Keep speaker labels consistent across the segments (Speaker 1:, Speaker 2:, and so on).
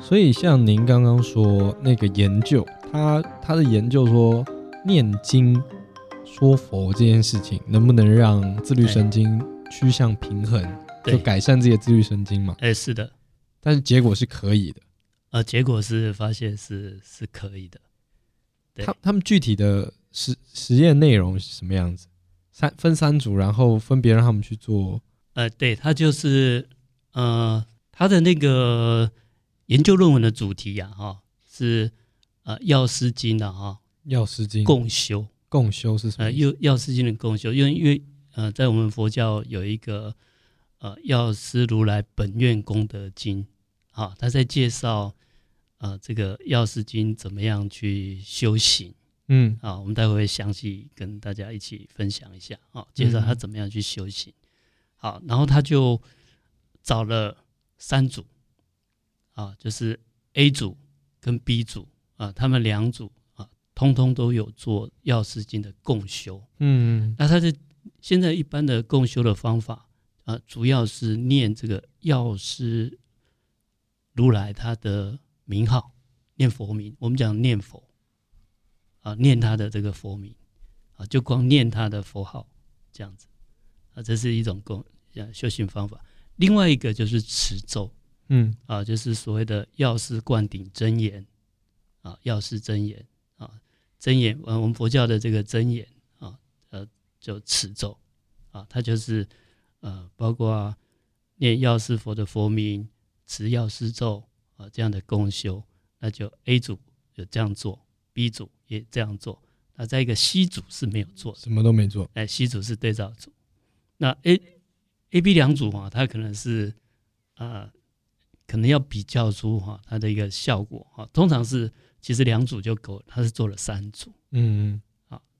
Speaker 1: 所以像您刚刚说那个研究，他他的研究说念经说佛这件事情能不能让自律神经趋向平衡，
Speaker 2: 对
Speaker 1: 就改善自己的自律神经嘛？
Speaker 2: 哎，是的，
Speaker 1: 但是结果是可以的。
Speaker 2: 呃，结果是发现是是可以的。对
Speaker 1: 他他们具体的实实验内容是什么样子？三分三组，然后分别让他们去做。
Speaker 2: 呃，对，它就是呃，它的那个研究论文的主题呀、哈、是呃《药师经》的哈、
Speaker 1: 药师经
Speaker 2: 共修，
Speaker 1: 嗯共修是什么
Speaker 2: 呃，
Speaker 1: 意思？
Speaker 2: 药药师经的共修，因为因为呃，在我们佛教有一个呃药师如来本愿功德经，啊、他在介绍呃这个药师经怎么样去修行
Speaker 1: 嗯
Speaker 2: 啊、我们待会会详细跟大家一起分享一下啊、介绍他怎么样去修行。好，然后他就找了三组啊、就是 A 组跟 B 组啊、他们两组啊、通通都有做药师经的共修。
Speaker 1: 嗯
Speaker 2: 那它是现在一般的共修的方法啊、呃主要是念这个药师如来他的名号，念佛名。我们讲念佛啊、念他的这个佛名啊、就光念他的佛号这样子啊、这是一种共呃修行方法。另外一个就是持咒
Speaker 1: 嗯
Speaker 2: 啊、就是所谓的药师灌顶真言啊，药师真言啊，真言，呃，我们佛教的这个真言啊，呃，就持咒啊，它就是呃，包括念药师佛的佛名、持药师咒啊这样的共修，那就 A 组有这样做，B 组也这样做，那在一个 C 组是没有做的。
Speaker 1: 什么都没做。
Speaker 2: 哎，C 组是对照组。那 A、A、B 两组啊，它可能是呃，可能要比较出哈、它的一个效果哈、通常是其实两组就够了，它是做了三组，
Speaker 1: 嗯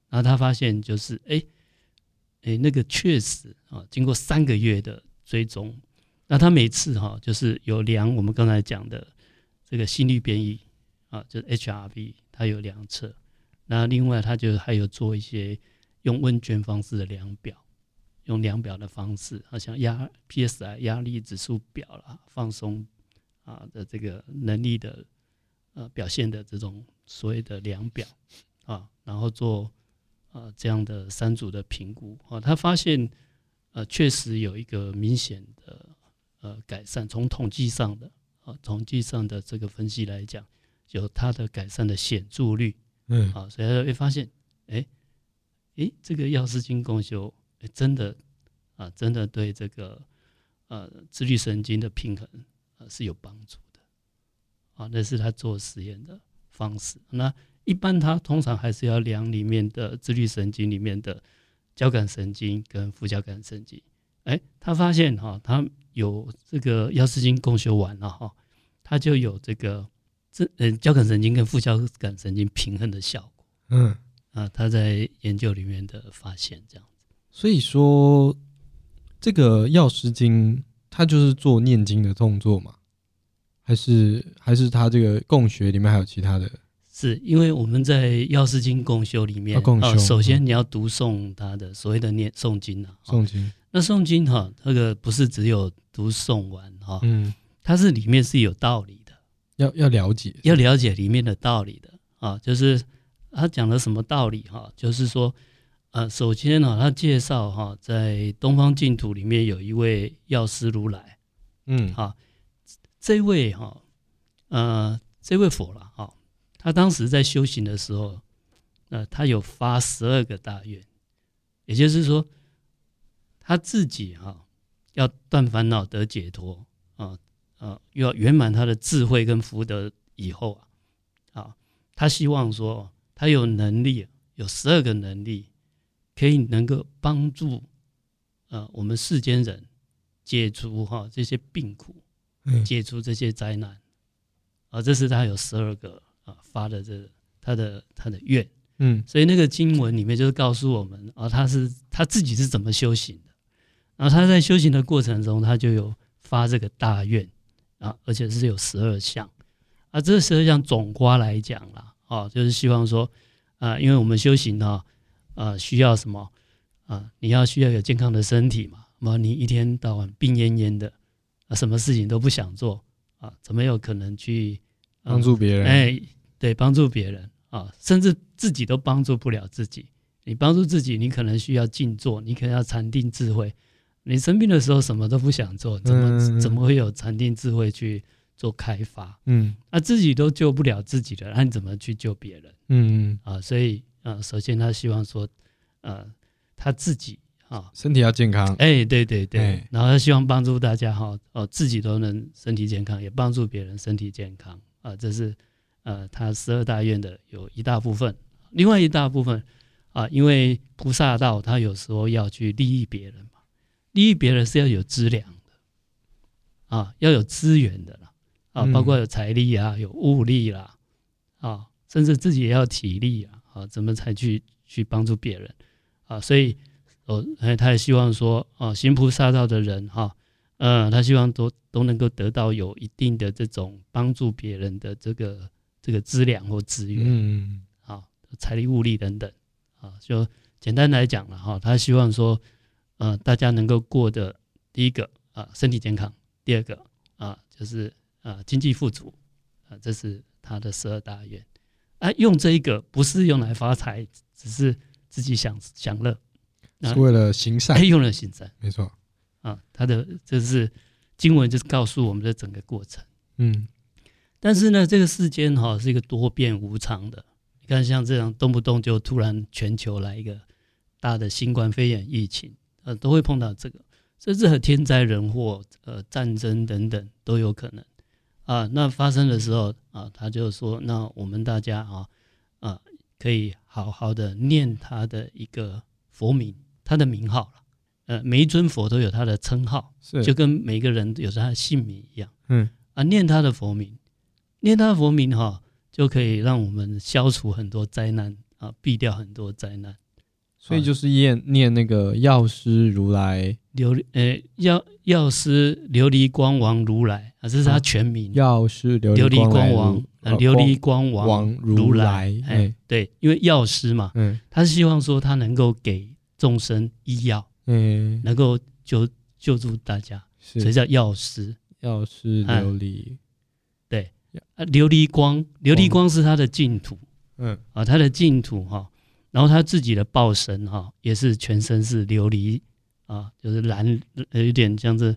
Speaker 2: 然后他发现就是哎哎那个确实啊，经过三个月的追踪，那他每次哈、就是有量我们刚才讲的这个心率变异啊，就是 HRV，它有量测，那另外它就还有做一些用问卷方式的量表，用量表的方式，好像压 PSI 压力指数表啦、放松啊的这个能力的呃表现的这种所谓的量表啊，然后做呃这样的三组的评估啊，他发现呃确实有一个明显的呃改善，从统计上的啊统计上的这个分析来讲，有它的改善的显著率。
Speaker 1: 嗯
Speaker 2: 啊，所以他会发现，哎，哎，这个药师经共修，诶真的啊，真的对这个呃自律神经的平衡啊是有帮助的，啊，那是他做实验的方式。那一般他通常还是要量里面的自律神经里面的交感神经跟副交感神经。哎，他发现哈、他有这个药师经共修完了哈、他就有这个这呃交感神经跟副交感神经平衡的效果
Speaker 1: 嗯，
Speaker 2: 啊，他在研究里面的发现这样子。
Speaker 1: 所以说这个药师经，它就是做念经的动作嘛，还是还是它这个共学里面还有其他的？
Speaker 2: 是因为我们在药师经共修里面，
Speaker 1: 啊共修
Speaker 2: 啊首先你要读诵他的所谓的念诵经啊。哦
Speaker 1: 诵经，
Speaker 2: 那诵经哈、那个不是只有读诵完哈、
Speaker 1: 嗯，
Speaker 2: 它是里面是有道理的，
Speaker 1: 要要了解，
Speaker 2: 要了解里面的道理的啊。就是他讲了什么道理哈、就是说，呃，首先呢、他介绍哈、在东方净土里面有一位药师如来。
Speaker 1: 嗯
Speaker 2: 啊，这位哈、呃，这位佛了哈、他当时在修行的时候，呃，他有发十二个大愿，也就是说，他自己哈、要断烦恼得解脱啊啊，又要圆满他的智慧跟福德以后啊，啊，他希望说他有能力，有十二个能力，可以能够帮助呃我们世间人解除哈、这些病苦，
Speaker 1: 嗯
Speaker 2: 解除这些灾难啊，这是他有十二个啊发的这他的他的愿，
Speaker 1: 嗯
Speaker 2: 所以那个经文里面就是告诉我们啊，他是他自己是怎么修行的，然后他在修行的过程中，他就有发这个大愿啊，而且是有十二项啊，这十二项总瓜来讲啦，啊，就是希望说啊，因为我们修行呢、啊，需要什么啊？你要需要有健康的身体嘛，那么你一天到晚病恹恹的，啊，什么事情都不想做啊，怎么有可能去
Speaker 1: 帮助别人，
Speaker 2: 哎，对，帮助别人啊，甚至自己都帮助不了自己。你帮助自己，你可能需要静坐，你可能要禅定智慧。你生病的时候什么都不想做，怎么、
Speaker 1: 嗯嗯嗯
Speaker 2: 怎么会有禅定智慧去做开发？
Speaker 1: 嗯
Speaker 2: 那、自己都救不了自己的，那你怎么去救别人
Speaker 1: 嗯，
Speaker 2: 啊？所以啊，首先他希望说，呃，他自己啊，
Speaker 1: 身体要健康，
Speaker 2: 哎，对对对，
Speaker 1: 哎
Speaker 2: 然后他希望帮助大家哈，哦，自己都能身体健康，也帮助别人身体健康啊、这是呃他十二大愿的有一大部分，另外一大部分啊、因为菩萨道他有时候要去利益别人嘛，利益别人是要有资粮的啊，要有资源的啦啊，
Speaker 1: 嗯
Speaker 2: 包括有财力啊，有物力啦啊，甚至自己也要体力啊，啊，怎么才去去帮助别人啊，所以。哦，哎，他也希望说，哦，行菩萨道的人哈、呃，他希望都都能够得到有一定的这种帮助别人的这个这个资粮或资源
Speaker 1: 嗯
Speaker 2: 啊、财力物力等等啊，就简单来讲了哈、他希望说，呃，大家能够过得第一个啊、身体健康，第二个啊、就是啊、经济富足啊、这是他的十二大愿啊，用这一个不是用来发财，只是自己享享乐，
Speaker 1: 嗯是为了行善
Speaker 2: 啊哎，，用了行善。
Speaker 1: 没错，
Speaker 2: 啊，它的这是经文，就是告诉我们的整个过程。
Speaker 1: 嗯
Speaker 2: 但是呢，这个世间哈、是一个多变无常的。你看，像这样动不动就突然全球来一个大的新冠肺炎疫情，呃，都会碰到这个，甚至和天灾人祸、呃战争等等都有可能啊。那发生的时候啊，他就说，那我们大家啊啊，可以好好的念他的一个佛名，他的名号了。呃，每一尊佛都有他的称号，
Speaker 1: 是，
Speaker 2: 就跟每个人有他的姓名一样
Speaker 1: 嗯
Speaker 2: 啊，念他的佛名，念他的佛名哈、就可以让我们消除很多灾难啊，避掉很多灾难。
Speaker 1: 所
Speaker 2: 啊
Speaker 1: 以就是念念那个药师如来
Speaker 2: 琉璃呃，药药师琉璃光王如来啊，这是他
Speaker 1: 啊
Speaker 2: 全名，
Speaker 1: 药师琉
Speaker 2: 琉璃
Speaker 1: 光
Speaker 2: 光
Speaker 1: 来
Speaker 2: 王
Speaker 1: 如，
Speaker 2: 呃，
Speaker 1: 呃
Speaker 2: 琉璃光
Speaker 1: 光
Speaker 2: 王，
Speaker 1: 王
Speaker 2: 如
Speaker 1: 如
Speaker 2: 来
Speaker 1: 来，
Speaker 2: 哎
Speaker 1: 哎，
Speaker 2: 对，因为药师嘛，
Speaker 1: 嗯
Speaker 2: 他希望说他能够给众生医药，
Speaker 1: 嗯，
Speaker 2: 能够救救助大家，所以
Speaker 1: 是
Speaker 2: 叫药师。
Speaker 1: 药师
Speaker 2: 哎
Speaker 1: 琉璃，
Speaker 2: 啊，琉璃光，琉璃
Speaker 1: 光
Speaker 2: 光是他的净土，
Speaker 1: 嗯
Speaker 2: 啊，他的净土哈、然后他自己的报身哈、也是全身是琉璃啊，就是蓝，呃有点像是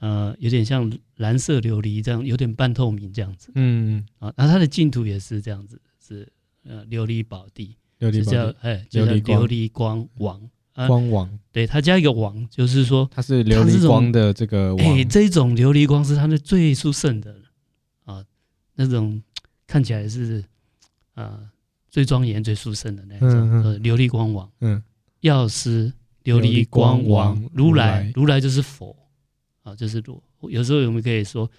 Speaker 2: 呃，有点像蓝色琉璃这样，有点半透明这样子
Speaker 1: 嗯，
Speaker 2: 啊。然后他的净土也是这样子，是呃琉璃宝地，
Speaker 1: 琉
Speaker 2: 就
Speaker 1: 璃
Speaker 2: 叫
Speaker 1: 宝
Speaker 2: 哎，就叫
Speaker 1: 琉璃光
Speaker 2: 琉璃光王。啊
Speaker 1: 地光王，
Speaker 2: 对他加一个王，就是说，
Speaker 1: 他是琉
Speaker 2: 它是这
Speaker 1: 璃
Speaker 2: 种
Speaker 1: 光的这个王，
Speaker 2: 哎，这种琉璃光是他的最殊胜的了啊，那种看起来是啊最庄严、最殊胜的那种、
Speaker 1: 嗯嗯
Speaker 2: 呃琉璃光王。
Speaker 1: 嗯
Speaker 2: 药师、琉璃光王、
Speaker 1: 琉
Speaker 2: 如
Speaker 1: 璃光王如
Speaker 2: 来
Speaker 1: 来，
Speaker 2: 如来就是佛啊，就是如。有时候我们可以说，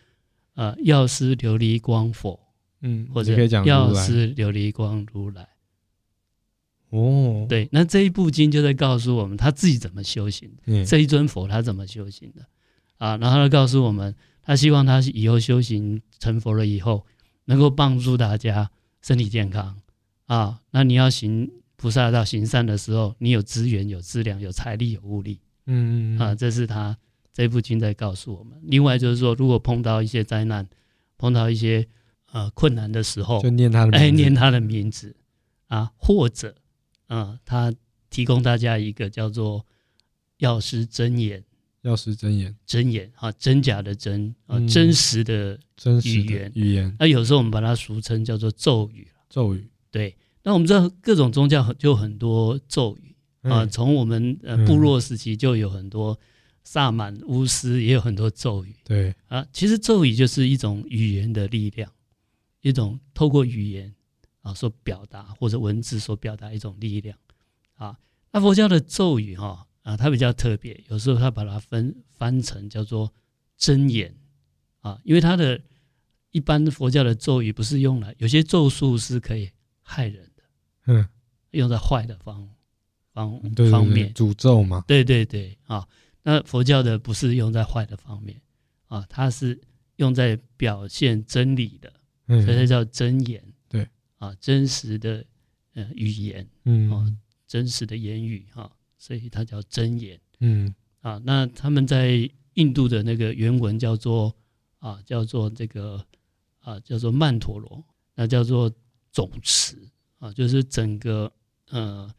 Speaker 2: 呃，药师琉璃光佛，
Speaker 1: 嗯，
Speaker 2: 哎或
Speaker 1: 你
Speaker 2: 者
Speaker 1: 可以讲
Speaker 2: 药
Speaker 1: 如来
Speaker 2: 师琉璃光如来。
Speaker 1: 哦，
Speaker 2: 对，那这一部经就在告诉我们他自己怎么修行，
Speaker 1: 嗯，
Speaker 2: 这一尊佛他怎么修行的啊，然后他告诉我们，他希望他以后修行成佛了以后，能够帮助大家身体健康啊。那你要行菩萨道行善的时候，你有资源、有资粮、有财力、有物力，
Speaker 1: 嗯嗯
Speaker 2: 啊，这是他这部经在告诉我们。另外就是说，如果碰到一些灾难，碰到一些呃困难的时候
Speaker 1: 就，念他的名字，
Speaker 2: 哎，念他的名字啊，或者啊，他提供大家一个叫做药师真言。
Speaker 1: 药师真言，
Speaker 2: 真言啊，真假的真啊，
Speaker 1: 嗯
Speaker 2: 真实的。
Speaker 1: 真实
Speaker 2: 语
Speaker 1: 的
Speaker 2: 言
Speaker 1: 语言
Speaker 2: 那有时候我们把它俗称叫做咒语，
Speaker 1: 咒语
Speaker 2: 对。那我们知道各种宗教很就很多咒语，啊，
Speaker 1: 嗯
Speaker 2: 从我们呃
Speaker 1: 嗯
Speaker 2: 部落时期就有很多萨满巫师也有很多咒语
Speaker 1: 对，
Speaker 2: 啊。其实咒语就是一种语言的力量，一种透过语言啊所表达或者文字所表达一种力量啊。那佛教的咒语哈啊，它比较特别，有时候它把它分翻成叫做真言啊，因为它的一般佛教的咒语不是用来，有些咒术是可以害人的，
Speaker 1: 嗯，
Speaker 2: 用在坏的方方
Speaker 1: 对对
Speaker 2: 方
Speaker 1: 对
Speaker 2: 面，
Speaker 1: 诅咒嘛，
Speaker 2: 对对对啊，那佛教的不是用在坏的方面啊，它是用在表现真理的，所以哦它
Speaker 1: 嗯
Speaker 2: 叫真言。
Speaker 1: 对
Speaker 2: 啊，真实的呃语言，哦
Speaker 1: 嗯
Speaker 2: 真实的言语哈、所以它叫真言
Speaker 1: 嗯
Speaker 2: 啊。那他们在印度的那个原文叫做啊，叫做这个啊，叫做曼陀罗，那叫做总持啊，就是整个呃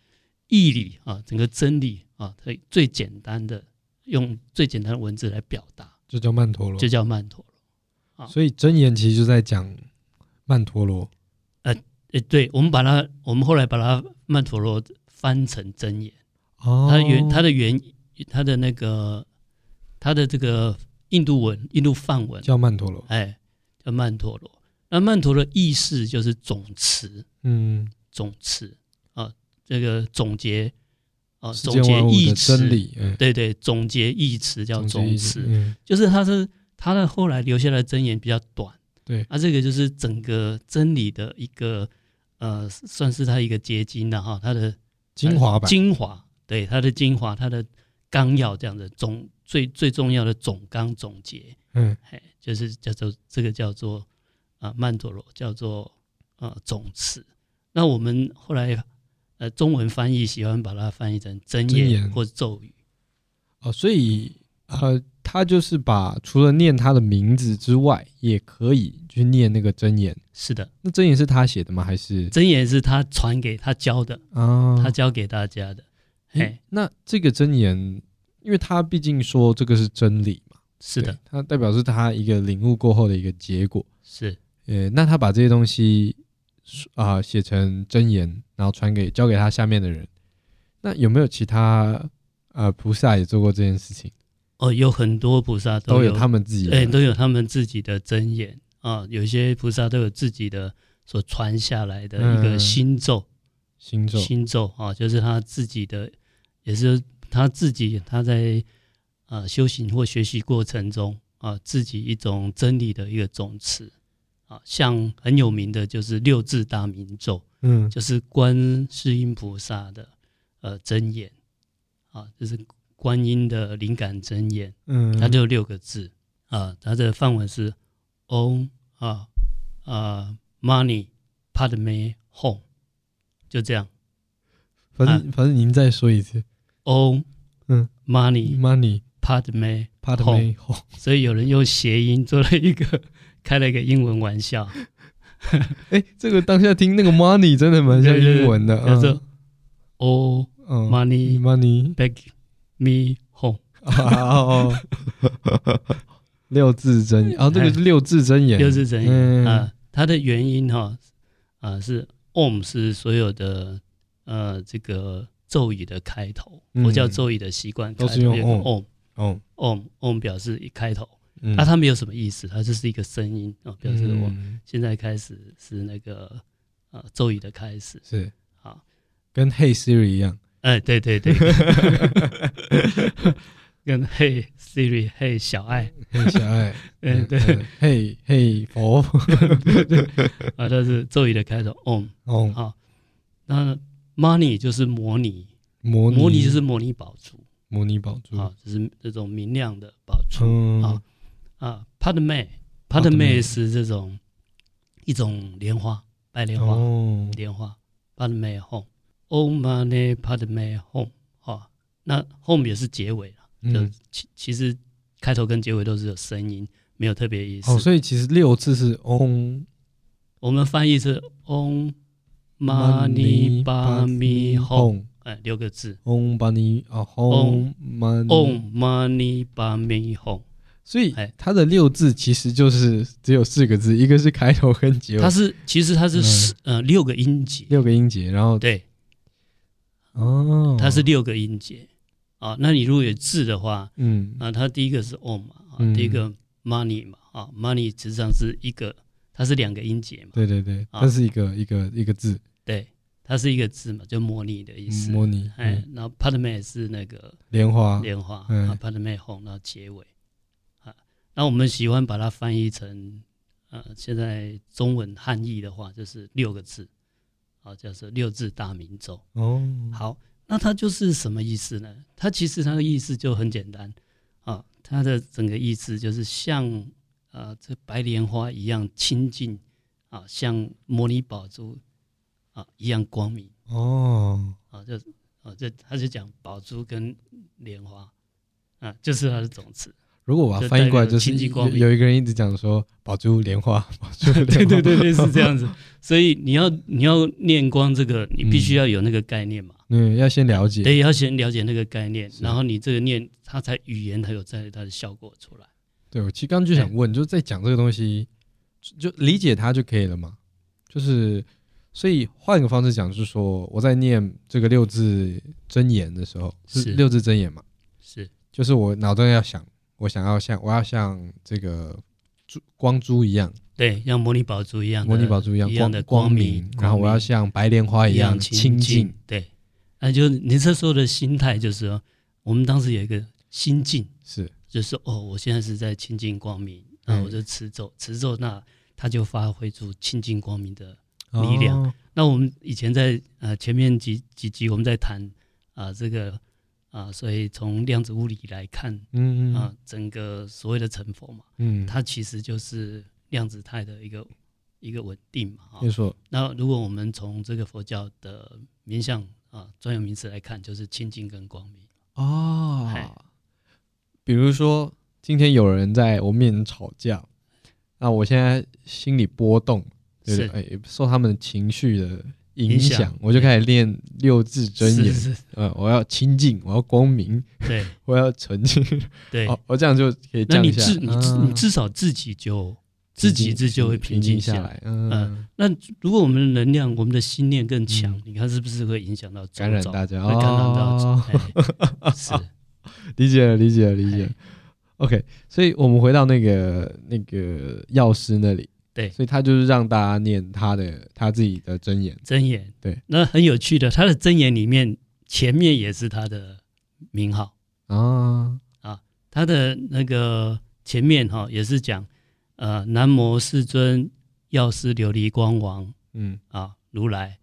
Speaker 2: 义理啊，整个真理啊，它最简单的用最简单的文字来表达，
Speaker 1: 就叫曼陀罗
Speaker 2: 就。叫曼陀罗。
Speaker 1: 所以真言其实就在讲曼陀罗，
Speaker 2: 诶，对，我们把它，我们后来把它曼陀罗翻成真言，
Speaker 1: 哦，
Speaker 2: 它的原它的原它的那个它的这个印度文印度梵文，
Speaker 1: 哦叫曼陀罗，
Speaker 2: 哎，叫曼陀罗。那曼陀罗意思就是总持，
Speaker 1: 嗯，
Speaker 2: 总持啊，这个总结啊，
Speaker 1: 世
Speaker 2: 总
Speaker 1: 间
Speaker 2: 结
Speaker 1: 万物
Speaker 2: 意
Speaker 1: 的
Speaker 2: 词，
Speaker 1: 真理，嗯，
Speaker 2: 对对，总结意词叫
Speaker 1: 总结
Speaker 2: 总
Speaker 1: 意思
Speaker 2: 持，
Speaker 1: 嗯，
Speaker 2: 就是它是它的后来留下来的真言比较短，
Speaker 1: 对
Speaker 2: 啊，这个就是整个真理的一个呃，算是它一个结晶的哈，它的
Speaker 1: 精华版，
Speaker 2: 精华，对它的精华，它的纲要这样的总最最重要的总纲总结，
Speaker 1: 嗯，
Speaker 2: 哎，就是叫做这个叫做啊、呃曼陀罗，叫做呃总词。那我们后来呃中文翻译喜欢把它翻译成真
Speaker 1: 真
Speaker 2: 言
Speaker 1: 言
Speaker 2: 或咒语，
Speaker 1: 哦，所以呃，他就是把除了念他的名字之外，也可以去念那个真言。
Speaker 2: 是的，
Speaker 1: 那真言是他写的吗？还是
Speaker 2: 真言是他传给他教的，
Speaker 1: 啊？
Speaker 2: 他教给大家的，
Speaker 1: 诶
Speaker 2: 哎
Speaker 1: 那这个真言，因为他毕竟说这个是真理嘛，
Speaker 2: 是的
Speaker 1: 对，，它代表是他一个领悟过后的一个结果。
Speaker 2: 是
Speaker 1: 呃，那他把这些东西啊、写成真言，然后传给交给他下面的人。那有没有其他呃菩萨也做过这件事情？
Speaker 2: 哦，有很多菩萨
Speaker 1: 都
Speaker 2: 有
Speaker 1: 有他们自己的
Speaker 2: 哎，都有他们自己的真言啊，有些菩萨都有自己的所传下来的一个
Speaker 1: 嗯
Speaker 2: 心咒，
Speaker 1: 心咒，
Speaker 2: 心咒啊，就是他自己的，也是他自己他在呃修行或学习过程中啊，自己一种真理的一个总持啊，像很有名的就是六字大明咒，
Speaker 1: 嗯，
Speaker 2: 就是观世音菩萨的呃真言啊，就是观音的灵感真言。
Speaker 1: 嗯，
Speaker 2: 它就六个字啊，它的范文是 on 啊啊 money padme home，就这样
Speaker 1: 反
Speaker 2: 啊
Speaker 1: 正反正您再说一次
Speaker 2: on
Speaker 1: 嗯
Speaker 2: money
Speaker 1: ，money
Speaker 2: padme，
Speaker 1: part
Speaker 2: 后
Speaker 1: me 后，
Speaker 2: 所以有人用谐音做了一个开了一个英文玩笑，
Speaker 1: 哎，这个当下听那个 money 真的蛮像
Speaker 2: 对对对
Speaker 1: 英文的，
Speaker 2: 叫做
Speaker 1: 嗯
Speaker 2: oh
Speaker 1: 嗯
Speaker 2: money
Speaker 1: money
Speaker 2: beg me home，
Speaker 1: 啊哦，哦六字真 言，哦，这个是六字真言，
Speaker 2: 六字真言
Speaker 1: 嗯
Speaker 2: 啊，它的原因哈啊是 om 是所有的呃这个咒语的开头，
Speaker 1: 嗯
Speaker 2: 佛教咒语的习惯
Speaker 1: 都是
Speaker 2: 开
Speaker 1: 用
Speaker 2: 头有个
Speaker 1: om
Speaker 2: om。
Speaker 1: 哦，
Speaker 2: om om 表示一开头，
Speaker 1: 嗯
Speaker 2: 那、它没有什么意思，它啊就是一个声音啊、哦表示我
Speaker 1: 嗯
Speaker 2: 现在开始是那个呃咒语的开始
Speaker 1: 是
Speaker 2: 啊，
Speaker 1: 跟 Hey Siri 一 样，
Speaker 2: 哎、对对对，跟嘿 Siri 嘿小爱，
Speaker 1: 嘿小爱，
Speaker 2: 嗯对
Speaker 1: 嗯，嘿嘿佛，
Speaker 2: 啊，它是咒语的开头 om
Speaker 1: 哦，
Speaker 2: 啊，那 money 就是模拟，
Speaker 1: 模
Speaker 2: 模拟就是模拟宝珠
Speaker 1: 模拟宝珠，
Speaker 2: 啊，就是这种明亮的宝珠，
Speaker 1: 嗯
Speaker 2: 啊，啊
Speaker 1: ，Padme
Speaker 2: ，Padme，Padme 是这种一种莲花，白莲花，
Speaker 1: 哦，
Speaker 2: 莲花，Padme Home，Om Mani Padme Home，啊，那 Home 也是结尾了，就
Speaker 1: 嗯，
Speaker 2: 其其实开头跟结尾都是有声音，没有特别意
Speaker 1: 哦，
Speaker 2: 思。
Speaker 1: 所以其实六字是 On
Speaker 2: 我们翻译是 Om Mani Padme Home，
Speaker 1: Home。
Speaker 2: 哎，六个字
Speaker 1: Om Bani 啊，Om Mani
Speaker 2: ，Om Mani Padme Home，
Speaker 1: 所以
Speaker 2: 哎
Speaker 1: 它的六字其实就是只有四个字，一个是开头跟结尾
Speaker 2: 它，是其实它是十呃六个音节，
Speaker 1: 嗯六个音节，然后
Speaker 2: 对。
Speaker 1: 哦，
Speaker 2: 它是六个音节啊。那你如果有字的话，
Speaker 1: 嗯
Speaker 2: 啊，它第一个是 om 嘛，啊，
Speaker 1: 嗯
Speaker 2: 第一个 money 嘛，啊，money 实际上是一个，它是两个音节嘛，
Speaker 1: 对对对，
Speaker 2: 啊
Speaker 1: 它是一个一个一个字，
Speaker 2: 对，它是一个字嘛，就模拟的意思。
Speaker 1: 模拟
Speaker 2: 哎
Speaker 1: 嗯，
Speaker 2: 然后 padme 是那个
Speaker 1: 莲花
Speaker 2: 莲花，
Speaker 1: 嗯
Speaker 2: 啊，padme 红，然后结尾，啊，那我们喜欢把它翻译成，呃，现在中文汉译的话就是六个字，啊，叫做六字大明咒。
Speaker 1: 哦，
Speaker 2: 好，那它就是什么意思呢？它其实它的意思就很简单啊，它的整个意思就是像啊这白莲花一样清净啊，像摩尼宝珠啊一样光明
Speaker 1: 哦，
Speaker 2: 啊，就啊这他就讲宝珠跟莲花啊，就是它的种子。
Speaker 1: 如果我把它翻译过来，就是
Speaker 2: 就代表清净光明
Speaker 1: 有有一个人一直讲说“宝珠莲花”，宝珠莲花，
Speaker 2: 对对对，类似 这样子。所以你要你要念光这个，你必须要有那个概念嘛，
Speaker 1: 嗯，要先了解，
Speaker 2: 得要先了解那个概念，
Speaker 1: 是
Speaker 2: 然后你这个念，它才语言才有在它的效果出来。
Speaker 1: 对，我其实刚刚就想问，就在讲这个东西，就就理解它就可以了嘛。就是，所以换个方式讲，就是说我在念这个六字真言的时候，是
Speaker 2: 是
Speaker 1: 六字真言嘛，
Speaker 2: 是
Speaker 1: 就是我脑中要想，我想要像我要像这个珠光珠一样，
Speaker 2: 对，像模拟宝珠一样的，
Speaker 1: 模拟宝珠一样
Speaker 2: 一
Speaker 1: 光
Speaker 2: 样的
Speaker 1: 光
Speaker 2: 明，光
Speaker 1: 然后我要
Speaker 2: 明
Speaker 1: 像白莲花
Speaker 2: 一
Speaker 1: 样
Speaker 2: 清
Speaker 1: 清净。。
Speaker 2: 对，那就是你这时候的心态就是说，我们当时有一个心境，
Speaker 1: 是，
Speaker 2: 就是说哦，我现在是在清净光明，
Speaker 1: 嗯
Speaker 2: 那我就持咒，持咒那它就发挥出清净光明的。力量
Speaker 1: 哦
Speaker 2: 那我们以前在呃前面几几集我们在谈啊、这个啊、所以从量子物理来看
Speaker 1: 嗯嗯
Speaker 2: 啊、整个所谓的成佛嘛，
Speaker 1: 嗯，
Speaker 2: 它其实就是量子态的一个一个稳定嘛。啊
Speaker 1: 没错，
Speaker 2: 那如果我们从这个佛教的名相啊专有名词来看，就是清净跟光明。
Speaker 1: 哦
Speaker 2: 哎，
Speaker 1: 比如说今天有人在我面前吵架，那我现在心里波动，对不
Speaker 2: 是
Speaker 1: 对？哎受他们情绪的影
Speaker 2: 影响
Speaker 1: 响，我就开始练六字真言。
Speaker 2: 是是
Speaker 1: 呃，我要清净，我要光明，
Speaker 2: 对
Speaker 1: 我要澄清。
Speaker 2: 对。
Speaker 1: 哦，我这样就可以
Speaker 2: 那
Speaker 1: 降
Speaker 2: 你
Speaker 1: 一下。
Speaker 2: 至你至
Speaker 1: 啊
Speaker 2: 你至少自己就自己自己就会
Speaker 1: 平
Speaker 2: 平
Speaker 1: 静
Speaker 2: 静
Speaker 1: 下
Speaker 2: 下
Speaker 1: 来。嗯，
Speaker 2: 那如果我们的能量、我们的心念更强，
Speaker 1: 嗯
Speaker 2: 你看是不是会影响到周
Speaker 1: 感染
Speaker 2: 遭
Speaker 1: 大家，
Speaker 2: 会感染到、
Speaker 1: 哦
Speaker 2: 哎 是
Speaker 1: 理解了，理解了，理解了
Speaker 2: 哎。
Speaker 1: OK，所以我们回到那个那个药师那里，
Speaker 2: 对
Speaker 1: 所以他就是让大家念他的他自己的真言，
Speaker 2: 真言。
Speaker 1: 对，
Speaker 2: 那很有趣的，他的真言里面前面也是他的名号，
Speaker 1: 啊，
Speaker 2: 他的那个前面哈、也是讲呃南无世尊药师琉璃光王
Speaker 1: 嗯，
Speaker 2: 啊如来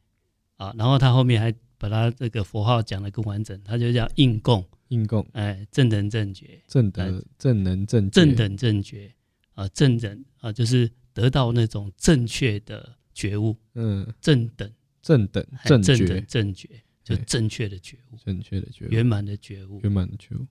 Speaker 2: 啊，然后他后面还把他这个佛号讲得更完整，他就叫应供，
Speaker 1: 应供
Speaker 2: 哎，正等正觉，
Speaker 1: 正德正能正
Speaker 2: 正
Speaker 1: 德
Speaker 2: 等正觉啊，正等啊，就是得到那种正确的觉悟，
Speaker 1: 嗯，
Speaker 2: 正等
Speaker 1: 正等
Speaker 2: 哎
Speaker 1: 正
Speaker 2: 正
Speaker 1: 觉
Speaker 2: 等正觉，就
Speaker 1: 哎
Speaker 2: 正确的觉悟，
Speaker 1: 正确的觉悟
Speaker 2: 圆满的觉悟。
Speaker 1: 圆满的觉悟，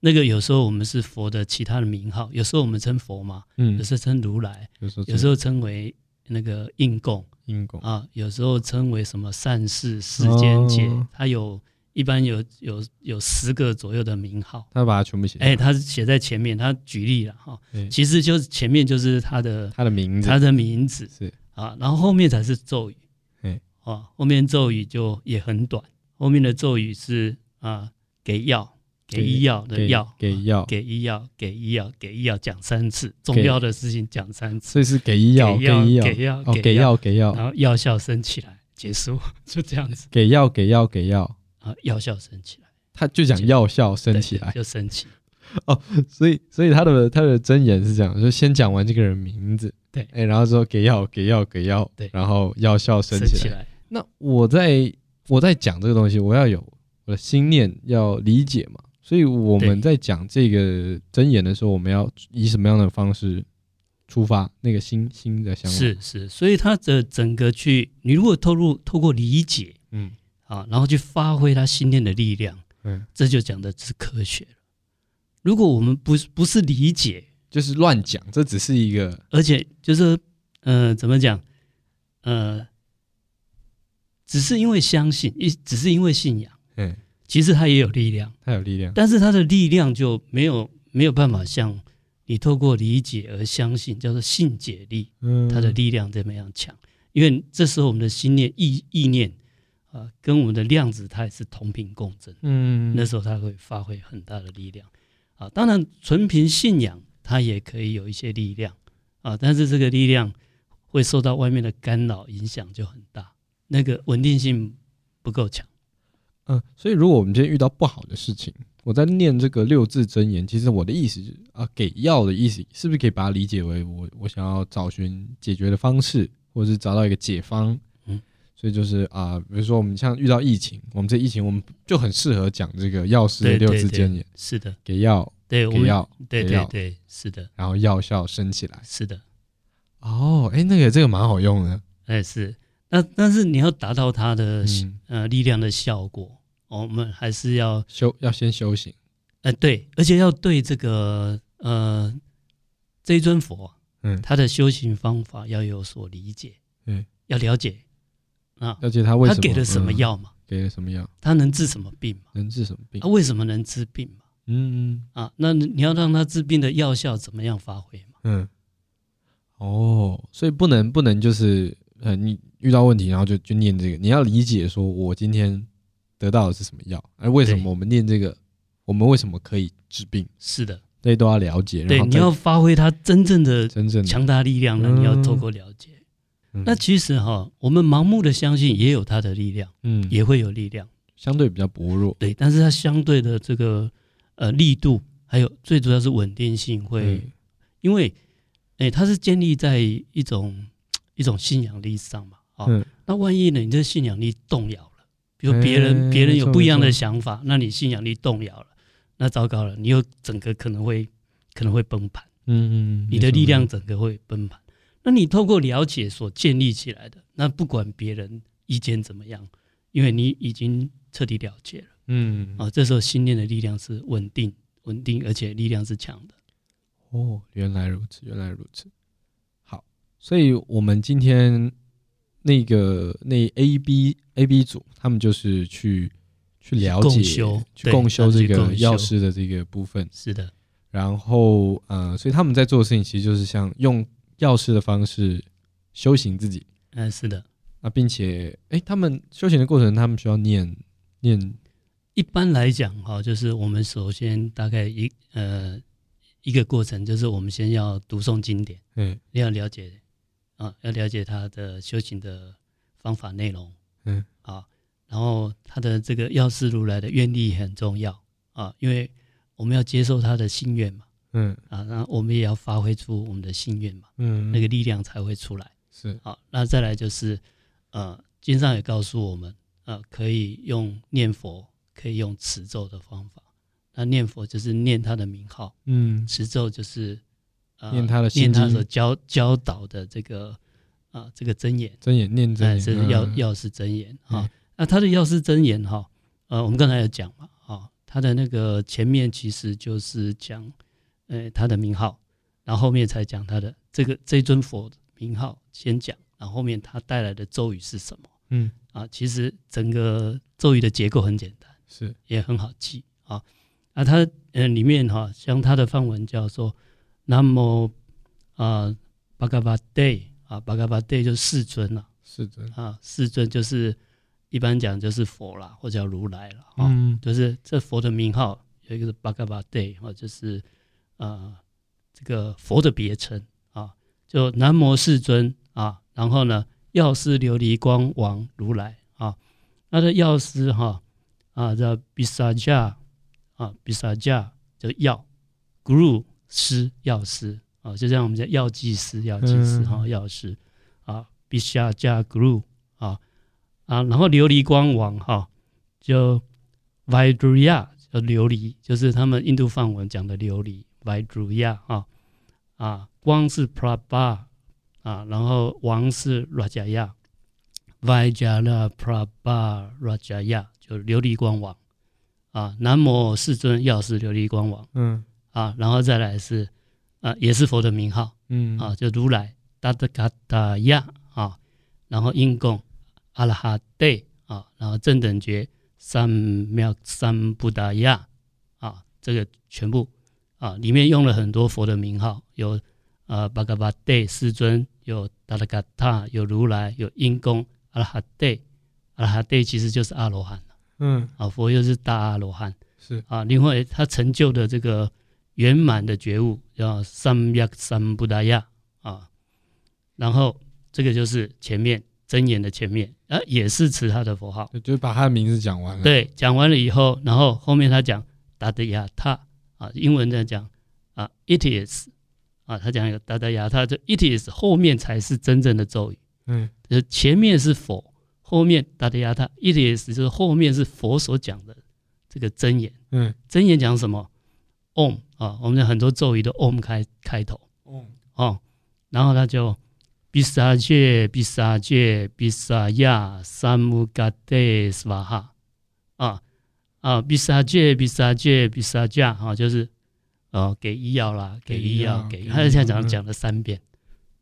Speaker 2: 那个有时候我们是佛的其他的名号，有时候我们称佛嘛，
Speaker 1: 嗯
Speaker 2: 有，时候称如来，
Speaker 1: 有时候
Speaker 2: 有时候称为那个应供
Speaker 1: 应供
Speaker 2: 啊，有时候称为什么善事、世间界
Speaker 1: 哦哦，
Speaker 2: 它有一般有有有十个左右的名号。
Speaker 1: 他把它全部写，
Speaker 2: 哎，，他是写在前面，他举例了哈
Speaker 1: 哎，
Speaker 2: 其实就是前面就是他的
Speaker 1: 他的名字
Speaker 2: 他的名字
Speaker 1: 是
Speaker 2: 啊，然后后面才是咒语
Speaker 1: 哎，
Speaker 2: 啊，后面咒语就也很短，后面的咒语是啊给药给
Speaker 1: 给
Speaker 2: 医药的
Speaker 1: 给
Speaker 2: 药啊
Speaker 1: 给药，
Speaker 2: 给医药，给医药，给医药，讲三次，重
Speaker 1: 给
Speaker 2: 要的事情讲三次，
Speaker 1: 所以是给医药
Speaker 2: 给药，
Speaker 1: 医药
Speaker 2: 给药，
Speaker 1: 哦，给，药给药
Speaker 2: 然后药效升起来，结束， 就这样子
Speaker 1: 给药给药给药，
Speaker 2: 啊，药效升起来，
Speaker 1: 他就讲药效升
Speaker 2: 对
Speaker 1: 起来。
Speaker 2: 就升起，
Speaker 1: 所以，所以他的他的真言是这样，就先讲完这个人名字，
Speaker 2: 对
Speaker 1: 哎、然后之后给药给药给药，
Speaker 2: 对
Speaker 1: 然后药效升
Speaker 2: 升
Speaker 1: 起来。
Speaker 2: 起来，
Speaker 1: 那我在我在讲这个东西，我要有我的心念要理解嘛，所以我们在讲这个真言的时候，我们要以什么样的方式出发？那个心心的想法
Speaker 2: 是是，所以他的整个去，你如果透露透过理解
Speaker 1: 嗯
Speaker 2: 啊，然后去发挥他心念的力量，
Speaker 1: 嗯，
Speaker 2: 这就讲的是科学了。如果我们不是不是理解，
Speaker 1: 就是乱讲，这只是一个
Speaker 2: 而且就是呃，怎么讲？呃，只是因为相信，一只是因为信仰，
Speaker 1: 嗯，
Speaker 2: 其实它也有力量，
Speaker 1: 它有力量，
Speaker 2: 但是它的力量就没有没有办法像你透过理解而相信，叫做信解力，
Speaker 1: 嗯，
Speaker 2: 它的力量怎么样强？因为这时候我们的心念意意念啊、呃跟我们的量子态是同频共振。
Speaker 1: 嗯，
Speaker 2: 那时候他会发挥很大的力量啊。当然，纯凭信仰，他也可以有一些力量啊，但是这个力量会受到外面的干扰影响就很大，那个稳定性不够强。
Speaker 1: 嗯，所以如果我们今天遇到不好的事情，我在念这个六字真言，其实我的意思是啊，给药的意思是不是可以把它理解为我我想要找寻解决的方式，或者是找到一个解方？
Speaker 2: 嗯，
Speaker 1: 所以就是啊，比如说我们像遇到疫情，我们这疫情我们就很适合讲这个药师的
Speaker 2: 对
Speaker 1: 六
Speaker 2: 对
Speaker 1: 字
Speaker 2: 对
Speaker 1: 真言，
Speaker 2: 是的，
Speaker 1: 给药
Speaker 2: 对我
Speaker 1: 给
Speaker 2: 们，
Speaker 1: 药，
Speaker 2: 对
Speaker 1: 给
Speaker 2: 对
Speaker 1: 药
Speaker 2: 对，是的，
Speaker 1: 然后药效升起来。
Speaker 2: 是的，
Speaker 1: 哦，哎，那个这个蛮好用的，
Speaker 2: 哎是。那但是你要达到它的、
Speaker 1: 嗯，
Speaker 2: 呃力量的效果，哦我们还是要
Speaker 1: 修要先修行，
Speaker 2: 呃对，而且要对这个呃，这一尊佛，
Speaker 1: 嗯
Speaker 2: 他的修行方法要有所理解，
Speaker 1: 对，
Speaker 2: 要了解啊，
Speaker 1: 了解他为
Speaker 2: 他
Speaker 1: 什么
Speaker 2: 给了什么
Speaker 1: 嗯
Speaker 2: 药嘛，
Speaker 1: 给了什么药，
Speaker 2: 他能治什么病嘛，啊
Speaker 1: 能治什么病
Speaker 2: 他、？为什么能治病嘛？
Speaker 1: 嗯
Speaker 2: 啊，那你要让他治病的药效怎么样发挥嘛？
Speaker 1: 嗯，哦，所以不能不能就是呃，你遇到问题然后就就念这个，你要理解说我今天得到的是什么药，而为什
Speaker 2: 对
Speaker 1: 么我们念这个，我们为什么可以治病，
Speaker 2: 是的，
Speaker 1: 这些都要了解。
Speaker 2: 对，
Speaker 1: 然后
Speaker 2: 你
Speaker 1: 再嗯
Speaker 2: 要发挥他真正的
Speaker 1: 真正的
Speaker 2: 强大力量呢，你要透过了解。
Speaker 1: 嗯
Speaker 2: 那其实哈，我们盲目的相信也有它的力量，
Speaker 1: 嗯，
Speaker 2: 也会有力量，
Speaker 1: 相对比较薄弱。
Speaker 2: 对，但是它相对的这个呃力度，还有最主要是稳定性会，
Speaker 1: 嗯
Speaker 2: 因为哎、它是建立在一种一种信仰力上嘛，啊、
Speaker 1: 嗯
Speaker 2: 那万一呢，你这信仰力动摇了，比如说别人、
Speaker 1: 哎
Speaker 2: 别人有
Speaker 1: 没错
Speaker 2: 不一样
Speaker 1: 没
Speaker 2: 的
Speaker 1: 错
Speaker 2: 想法，那你信仰力动摇了，那糟糕了，你又整个可能会可能会崩盘。
Speaker 1: 嗯嗯，
Speaker 2: 你的力量
Speaker 1: 没错
Speaker 2: 整个会崩盘。那你透过了解所建立起来的，那不管别人意见怎么样，因为你已经彻底了解了
Speaker 1: 嗯
Speaker 2: 啊，这时候信念的力量是稳定、稳定，而且力量是强的。
Speaker 1: 哦，原来如此，原来如此。好，所以我们今天那个那 A B A B 组，他们就是去去了解、
Speaker 2: 共修
Speaker 1: 去
Speaker 2: 对
Speaker 1: 共修这
Speaker 2: 他们去
Speaker 1: 个
Speaker 2: 共修
Speaker 1: 药师的这个部分。
Speaker 2: 是的，
Speaker 1: 然后呃，所以他们在做的事情其实就是像用药师的方式修行自己。
Speaker 2: 嗯、是的。
Speaker 1: 那并且，哎，他们修行的过程，他们需要念念，
Speaker 2: 一般来讲，哈，就是我们首先大概一呃一个过程，就是我们先要读诵经典，
Speaker 1: 嗯
Speaker 2: 要了解啊，要了解他的修行的方法内容，
Speaker 1: 嗯
Speaker 2: 啊，然后他的这个药师如来的愿力很重要啊，因为我们要接受他的心愿嘛，
Speaker 1: 嗯
Speaker 2: 啊，那我们也要发挥出我们的心愿嘛，
Speaker 1: 嗯，
Speaker 2: 那个力量才会出来。
Speaker 1: 是
Speaker 2: 好，那再来就是，呃，经上也告诉我们，呃，可以用念佛，可以用持咒的方法。那念佛就是念他的名号，
Speaker 1: 嗯
Speaker 2: 持咒就是、呃、
Speaker 1: 念他的心
Speaker 2: 念他
Speaker 1: 经
Speaker 2: 所教教导的这个啊、这个真言，
Speaker 1: 真言念真
Speaker 2: 哎，
Speaker 1: 言，
Speaker 2: 这是药
Speaker 1: 嗯
Speaker 2: 药师真言哈、
Speaker 1: 嗯
Speaker 2: 那他的药师真言哈、呃，我们刚才有讲嘛，啊、他的那个前面其实就是讲，呃，他的名号，然后后面才讲他的这个这尊佛的名号先讲，然后后面他带来的咒语是什么
Speaker 1: 嗯
Speaker 2: 啊？其实整个咒语的结构很简单，
Speaker 1: 是
Speaker 2: 也很好记啊。啊，它呃里面哈、像它的范文叫做南无啊巴嘎巴 day 啊巴嘎巴 day 就是世尊了、
Speaker 1: 是的，
Speaker 2: 啊，世尊就是一般讲就是佛啦，或者叫如来啦，啊，
Speaker 1: 嗯
Speaker 2: 就是这佛的名号有一个是巴嘎巴 day 啊，就是呃这个佛的别称啊，就南无世尊啊，然后呢药师琉璃光王如来啊，那这药师哈啊叫比萨迦啊比萨迦就药 guru 师药师啊，就像我们叫药剂师药剂师
Speaker 1: 嗯
Speaker 2: 哈、药师啊比萨迦 guru 啊啊，然后琉璃光王哈、就 Vaidruya 叫琉璃，就是他们印度梵文讲的琉璃 Vaidruya 啊啊，光是 Prabha 啊，然后王是 Rajaya Vajala Prabha Rajaya 就琉璃光王啊，南无世尊药师琉璃光王
Speaker 1: 嗯
Speaker 2: 啊，然后再来是啊，也是佛的名号
Speaker 1: 嗯
Speaker 2: 啊，就如来达达嘎达亚啊，然后因供阿拉哈帝啊，然后正等觉三藐三不达亚啊，这个全部啊，里面用了很多佛的名号，有呃巴嘎巴帝世尊，有达达嘎塔，有如来，有因供阿拉哈帝，阿拉哈帝其实就是阿罗汉
Speaker 1: 嗯
Speaker 2: 啊，佛又是大阿罗汉。
Speaker 1: 是
Speaker 2: 啊，另外他成就的这个圆满的觉悟叫三亚三不达亚啊，然后这个就是前面真言的前面，啊，也是持他的佛号。
Speaker 1: 对就是把他的名字讲完了。，
Speaker 2: 对，讲完了以后，然后后面他讲达德亚塔啊，英文的讲啊，it is 啊，他讲有达德亚塔，就 it is 后面才是真正的咒语，
Speaker 1: 嗯
Speaker 2: 就是前面是佛，后面达德亚塔，it is 就是后面是佛所讲的这个真言。
Speaker 1: 嗯，
Speaker 2: 真言讲什么？om 啊，我们有很多咒语的 om 开开头
Speaker 1: 哦，
Speaker 2: 哦，然后他就比萨界比萨界比萨亚三木嘎德斯瓦哈啊啊比萨界比萨界比萨迦啊，就是哦，给医药啦，给
Speaker 1: 给
Speaker 2: 医
Speaker 1: 医
Speaker 2: 药
Speaker 1: 药，
Speaker 2: 给
Speaker 1: 给
Speaker 2: 他
Speaker 1: 医
Speaker 2: 现在
Speaker 1: 药嗯
Speaker 2: 讲讲了三遍，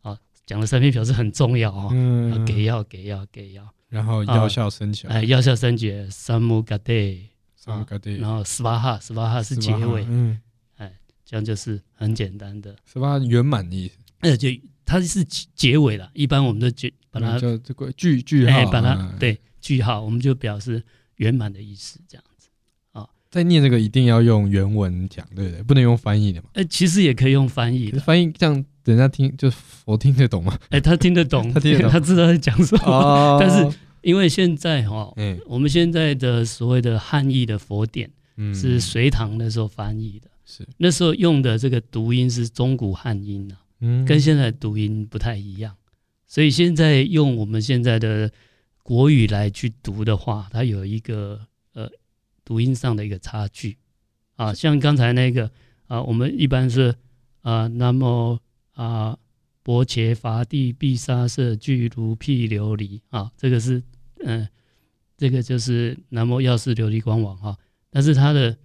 Speaker 2: 啊，讲了三遍表示很重要哦，啊
Speaker 1: 嗯，
Speaker 2: 给药给药给药，
Speaker 1: 然后
Speaker 2: 啊
Speaker 1: 药效生巧，
Speaker 2: 哎，药效三绝三木嘎对，
Speaker 1: 什么个对，
Speaker 2: 然后斯巴哈斯巴哈是结
Speaker 1: 18
Speaker 2: 尾，
Speaker 1: 嗯，
Speaker 2: 哎这样就是很简单的，
Speaker 1: 十八圆满的意思，
Speaker 2: 而且它是结结尾了，一般我们都结把它
Speaker 1: 叫这个句嗯句
Speaker 2: 哎
Speaker 1: 号，
Speaker 2: 把它
Speaker 1: 嗯，
Speaker 2: 对句号，我们就表示圆满的意思这样。
Speaker 1: 在念这个一定要用原文讲，对不对？不能用翻译的嘛，
Speaker 2: 哎，其实也可以用翻译
Speaker 1: 可是
Speaker 2: 的，
Speaker 1: 翻译这样人家听就佛听得 懂吗？
Speaker 2: 哎，他听得 懂，
Speaker 1: 他听得懂
Speaker 2: 他知道在讲什么。
Speaker 1: 哦
Speaker 2: 但是因为现在哈，
Speaker 1: 哎，
Speaker 2: 我们现在的所谓的汉译的佛典
Speaker 1: 嗯，
Speaker 2: 是隋唐那时候翻译的，
Speaker 1: 是，
Speaker 2: 那时候用的这个读音是中古汉音啊，
Speaker 1: 嗯，
Speaker 2: 跟现在的读音不太一样，所以现在用我们现在的国语来去读的话，它有一个呃读音上的一个差距啊，像刚才那个啊，我们一般是啊，那么啊，伯伽伐帝毗沙舍俱卢毗琉璃啊，这个是嗯、这个就是南无药师琉璃光王哈、但是它的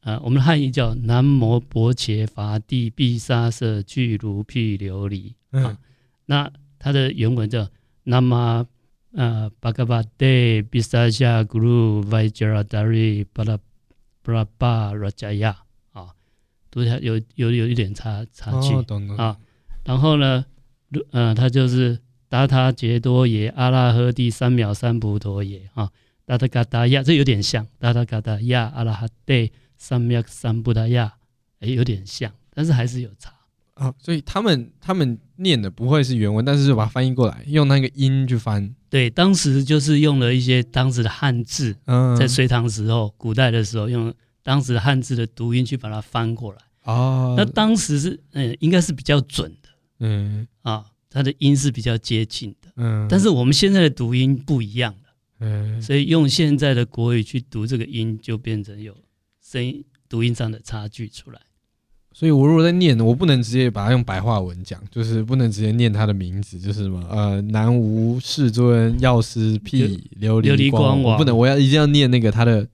Speaker 2: 呃，我们的汉译叫南无伯伽伐帝毗沙舍俱卢毗琉璃。啊
Speaker 1: 嗯
Speaker 2: 那它的原文叫 Nama 呃 Bhagavate Bisaya Guru Vajradari Bala Brahma Rajaya 啊，读起来有有有一点差差距。
Speaker 1: 哦，懂懂，
Speaker 2: 啊然后呢，如呃，它就是达他杰多耶阿拉诃帝三藐三菩陀耶啊，达达嘎达亚，这有点像达达嘎达亚阿拉哈帝三藐三菩达亚，哎，有点像，但是还是有差。
Speaker 1: 啊，所以他们他们念的不会是原文，但是就把它翻译过来，用那个音去翻，
Speaker 2: 对，当时就是用了一些当时的汉字，
Speaker 1: 嗯，
Speaker 2: 在隋唐时候、古代的时候，用当时的汉字的读音去把它翻过来。
Speaker 1: 哦，
Speaker 2: 那当时是嗯，应该是比较准的
Speaker 1: 嗯
Speaker 2: 啊，它的音是比较接近的。
Speaker 1: 嗯，
Speaker 2: 但是我们现在的读音不一样了。
Speaker 1: 嗯
Speaker 2: 所以用现在的国语去读这个音，就变成有声音读音上的差距出来。
Speaker 1: 所以我如果在念，我不能直接把它用白话文讲，就是不能直接念他的名字，就是什么呃南无世尊药师毗琉
Speaker 2: 琉璃
Speaker 1: 璃
Speaker 2: 光王
Speaker 1: 我不能，我要一定要念那个他的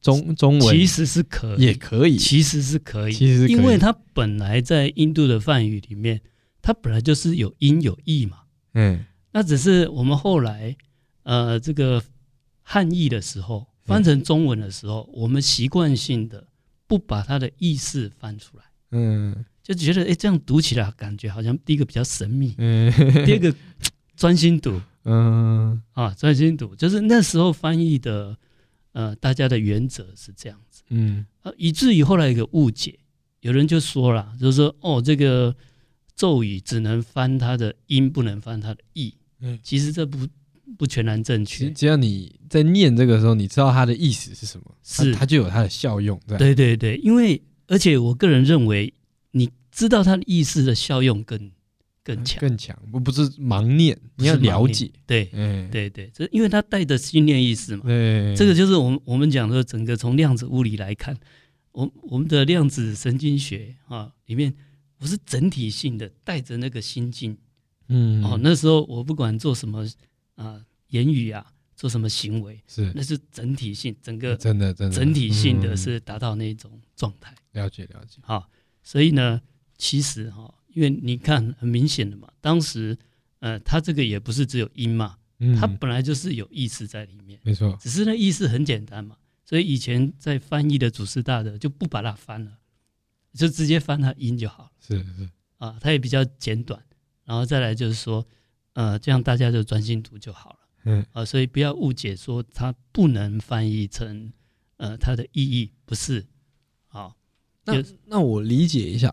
Speaker 1: 中中文，
Speaker 2: 其实是可以，
Speaker 1: 也可以，
Speaker 2: 其实是可以，
Speaker 1: 其实是可以
Speaker 2: 因为它本来在印度的梵语里面，它本来就是有音有义嘛。
Speaker 1: 嗯
Speaker 2: 那只是我们后来呃这个汉译的时候
Speaker 1: 嗯
Speaker 2: 翻成中文的时候，我们习惯性的不把它的意思翻出来，
Speaker 1: 嗯，
Speaker 2: 就觉得哎这样读起来感觉好像第一个比较神秘
Speaker 1: 嗯
Speaker 2: 第二个专心读。
Speaker 1: 嗯
Speaker 2: 啊，专心读，就是那时候翻译的，呃，大家的原则是这样子，
Speaker 1: 嗯
Speaker 2: 呃，以至于后来有个误解，有人就说了，就是说哦，这个咒语只能翻它的音，不能翻它的意，
Speaker 1: 嗯，
Speaker 2: 其实这不不全然正
Speaker 1: 其实
Speaker 2: 确，
Speaker 1: 只要你在念这个时候，你知道它的意思是什么，它
Speaker 2: 是
Speaker 1: 它就有它的效用在。，
Speaker 2: 对对对，因为而且我个人认为，你知道它的意思的效用更更强，
Speaker 1: 更强，不不是盲念，嗯你要
Speaker 2: 不是盲
Speaker 1: 了
Speaker 2: 念
Speaker 1: 解，
Speaker 2: 对
Speaker 1: 嗯，
Speaker 2: 对对，这因为它带着信念意识嘛，
Speaker 1: 对，
Speaker 2: 这个就是我们我们讲说整个从量子物理来看，我我们的量子神经学啊里面，我是整体性的带着那个心境
Speaker 1: 嗯
Speaker 2: 哦。那时候我不管做什么啊、言语啊，做什么行为，
Speaker 1: 是
Speaker 2: 那是整体性，整个
Speaker 1: 真的真的
Speaker 2: 整体性的
Speaker 1: 嗯
Speaker 2: 是达到那种状态
Speaker 1: 了解了解，
Speaker 2: 啊。所以呢，其实哈、因为你看很明显的嘛，当时呃，它这个也不是只有音嘛，
Speaker 1: 嗯，
Speaker 2: 它本来就是有意识在里面。
Speaker 1: 没错，
Speaker 2: 只是那意思很简单嘛，所以以前在翻译的祖师大德就不把它翻了，就直接翻它音就好了
Speaker 1: 是是，
Speaker 2: 啊，它也比较简短。然后再来就是说，呃，这样大家就专心读就好了
Speaker 1: 嗯
Speaker 2: 啊，所以不要误解说它不能翻译成呃它的意义不是啊，
Speaker 1: 那
Speaker 2: 就是
Speaker 1: 那我理解一下，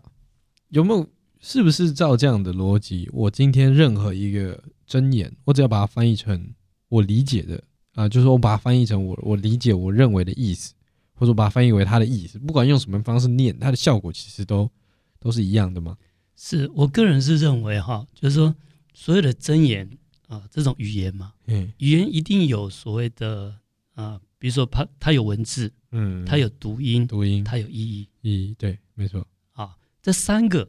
Speaker 1: 有没有是不是照这样的逻辑？我今天任何一个真言，我只要把它翻译成我理解的啊、就是我把它翻译成我我理解我认为的意思，或者我把它翻译为它的意思，不管用什么方式念，它的效果其实都都是一样的吗？
Speaker 2: 是我个人是认为哈，就是说所有的真言啊这种语言嘛，
Speaker 1: 嗯
Speaker 2: 语言一定有所谓的啊，比如说它它有文字，
Speaker 1: 嗯，
Speaker 2: 它有读音，
Speaker 1: 读音，
Speaker 2: 它有意义
Speaker 1: 一对，没错，
Speaker 2: 啊。这三个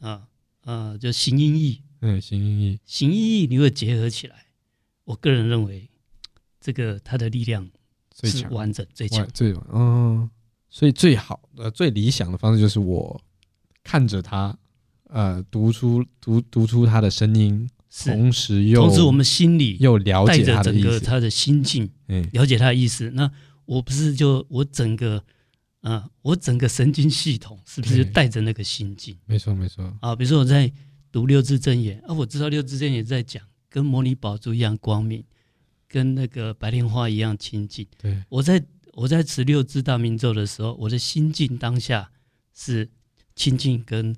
Speaker 2: 啊呃，就形音义，
Speaker 1: 嗯，形音义，
Speaker 2: 形音义你会结合起来，我个人认为这个它的力量
Speaker 1: 最
Speaker 2: 是
Speaker 1: 强，
Speaker 2: 完整最
Speaker 1: 哇
Speaker 2: 强
Speaker 1: 最完，哦，所以最好呃最理想的方式就是我看着他，呃，读出读读出他的声音，
Speaker 2: 是。
Speaker 1: 同时又
Speaker 2: 同时，我们心里
Speaker 1: 又了
Speaker 2: 带
Speaker 1: 解
Speaker 2: 着
Speaker 1: 他的
Speaker 2: 整
Speaker 1: 意
Speaker 2: 个
Speaker 1: 思，
Speaker 2: 他的心境，
Speaker 1: 嗯，
Speaker 2: 了解他的意思。那我不是就我整个，啊，我整个神经系统是不是就
Speaker 1: 嗯
Speaker 2: 带着那个心境
Speaker 1: 没错没错，
Speaker 2: 啊？比如说我在读六字真言啊，我知道六字真言在讲跟摩尼宝珠一样光明，跟那个白莲花一样清净。
Speaker 1: 对，
Speaker 2: 我在我在持六字大明咒的时候，我的心境当下是清净跟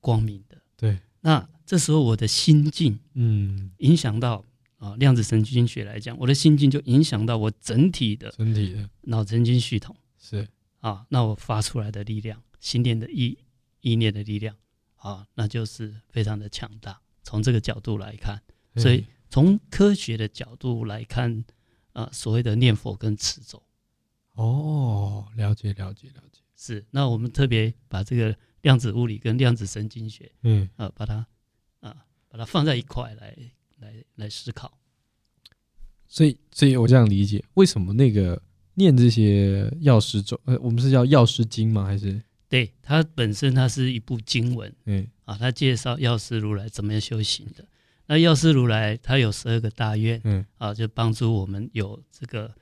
Speaker 2: 光明的。
Speaker 1: 对，
Speaker 2: 那这时候我的心境
Speaker 1: 嗯，
Speaker 2: 影响到啊量子神经学来讲，我的心境就影响到我整体的
Speaker 1: 身体的
Speaker 2: 脑神经系统
Speaker 1: 是
Speaker 2: 啊。那我发出来的力量，心念的意意念的力量啊，那就是非常的强大。从这个角度来看，所以
Speaker 1: 哎
Speaker 2: 从科学的角度来看，啊，所谓的念佛跟持咒。
Speaker 1: 哦，了解了解了解，
Speaker 2: 是，那我们特别把这个量子物理跟量子神经学，
Speaker 1: 嗯，
Speaker 2: 呃，把它，啊、把它放在一块来来来思考。
Speaker 1: 所以所以我这样理解，为什么那个念这些药师咒，呃，我们是叫药师经吗？还是
Speaker 2: 对，它本身它是一部经文
Speaker 1: 嗯
Speaker 2: 啊，它介绍药师如来怎么样修行的。那药师如来他有十二个大愿
Speaker 1: 嗯
Speaker 2: 啊，就帮助我们有这个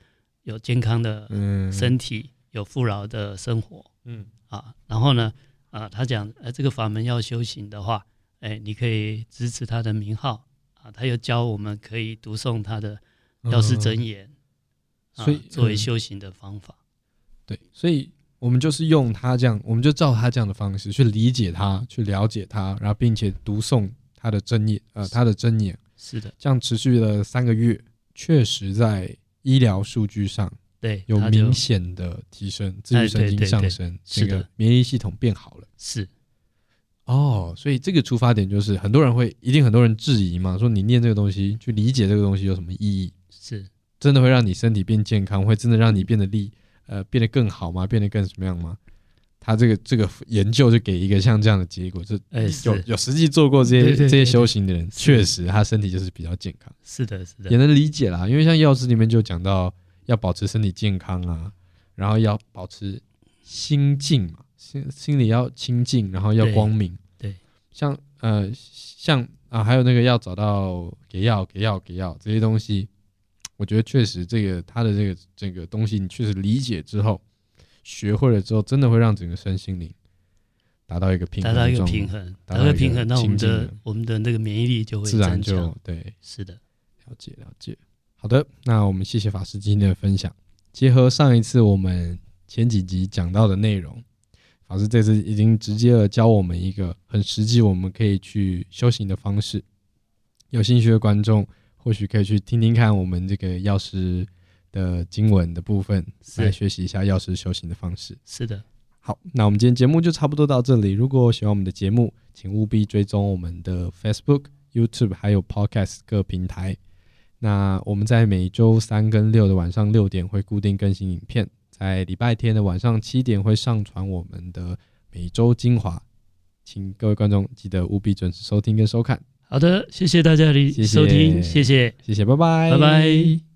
Speaker 2: 有健康的
Speaker 1: 嗯
Speaker 2: 身体，有富饶的生活
Speaker 1: 嗯
Speaker 2: 啊。然后呢，啊，他讲，呃，这个法门要修行的话，哎，你可以支持他的名号啊，他又教我们可以读诵他的药师
Speaker 1: 真。
Speaker 2: 真言，
Speaker 1: 嗯
Speaker 2: 啊
Speaker 1: 所以、
Speaker 2: 作为
Speaker 1: 嗯
Speaker 2: 修行的方法。
Speaker 1: 对，所以我们就是用他这样，我们就照他这样的方式去理解他，去了解他，然后并且读诵他的真言，呃，他的真言，
Speaker 2: 是的，
Speaker 1: 这样持续了三个月，确实在医疗数据上
Speaker 2: 对，
Speaker 1: 有
Speaker 2: 他就哎
Speaker 1: 明显的提升，自律神经上升，
Speaker 2: 对对对
Speaker 1: 这
Speaker 2: 是
Speaker 1: 个
Speaker 2: 的
Speaker 1: 免疫系统变好了。
Speaker 2: 是
Speaker 1: 哦，所以这个出发点就是很多人会，一定很多人质疑嘛，说你念这个东西，去理解这个东西有什么意义？
Speaker 2: 是
Speaker 1: 真的会让你身体变健康，会真的让你变得力呃变得更好吗？变得更什么样吗？他这个这个研究就给一个像这样的结果，这
Speaker 2: 哎是
Speaker 1: 有有实际做过这些
Speaker 2: 对对对
Speaker 1: 这些
Speaker 2: 对
Speaker 1: 修行的人，
Speaker 2: 是
Speaker 1: 确实他身体就是比较健康，
Speaker 2: 是的，是
Speaker 1: 也
Speaker 2: 的，
Speaker 1: 能理解啦。因为像药师里面就讲到要保持身体健康啊，然后要保持心境嘛，心心里要清净，然后要
Speaker 2: 对
Speaker 1: 光明。
Speaker 2: 对
Speaker 1: 像呃像啊，还有那个要找到给药给药给药这些东西，我觉得确实这个他的这个这个东西，你确实理解之后，学会了之后，真的会让整个身心灵达到一个平
Speaker 2: 达
Speaker 1: 衡
Speaker 2: 到
Speaker 1: 的
Speaker 2: 一个
Speaker 1: 状态，
Speaker 2: 平衡，
Speaker 1: 达
Speaker 2: 达
Speaker 1: 到
Speaker 2: 到
Speaker 1: 一个
Speaker 2: 平衡，那我们
Speaker 1: 清
Speaker 2: 的
Speaker 1: 净的
Speaker 2: 我们的那个免疫力就会
Speaker 1: 自然
Speaker 2: 增
Speaker 1: 就
Speaker 2: 强。
Speaker 1: 对
Speaker 2: 是的，
Speaker 1: 了解了解。好的，那我们谢谢法师今天的分享。结合上一次我们前几集讲到的内容，法师这次已经直接的教我们一个很实际我们可以去修行的方式。有兴趣的观众或许可以去听听看我们这个药师的经文的部分，
Speaker 2: 是
Speaker 1: 来学习一下药师修行的方式。
Speaker 2: 是的，
Speaker 1: 好，那我们今天节目就差不多到这里。如果喜欢我们的节目，请务必追踪我们的 Facebook、YouTube 还有 Podcast 各平台。那我们在每周三跟六的晚上六点会固定更新影片，在礼拜天的晚上七点会上传我们的每周精华，请各位观众记得务必准时收听跟收看，
Speaker 2: 好的，谢谢大家的
Speaker 1: 谢谢
Speaker 2: 收听，谢谢，
Speaker 1: 谢谢，拜拜，
Speaker 2: 拜拜。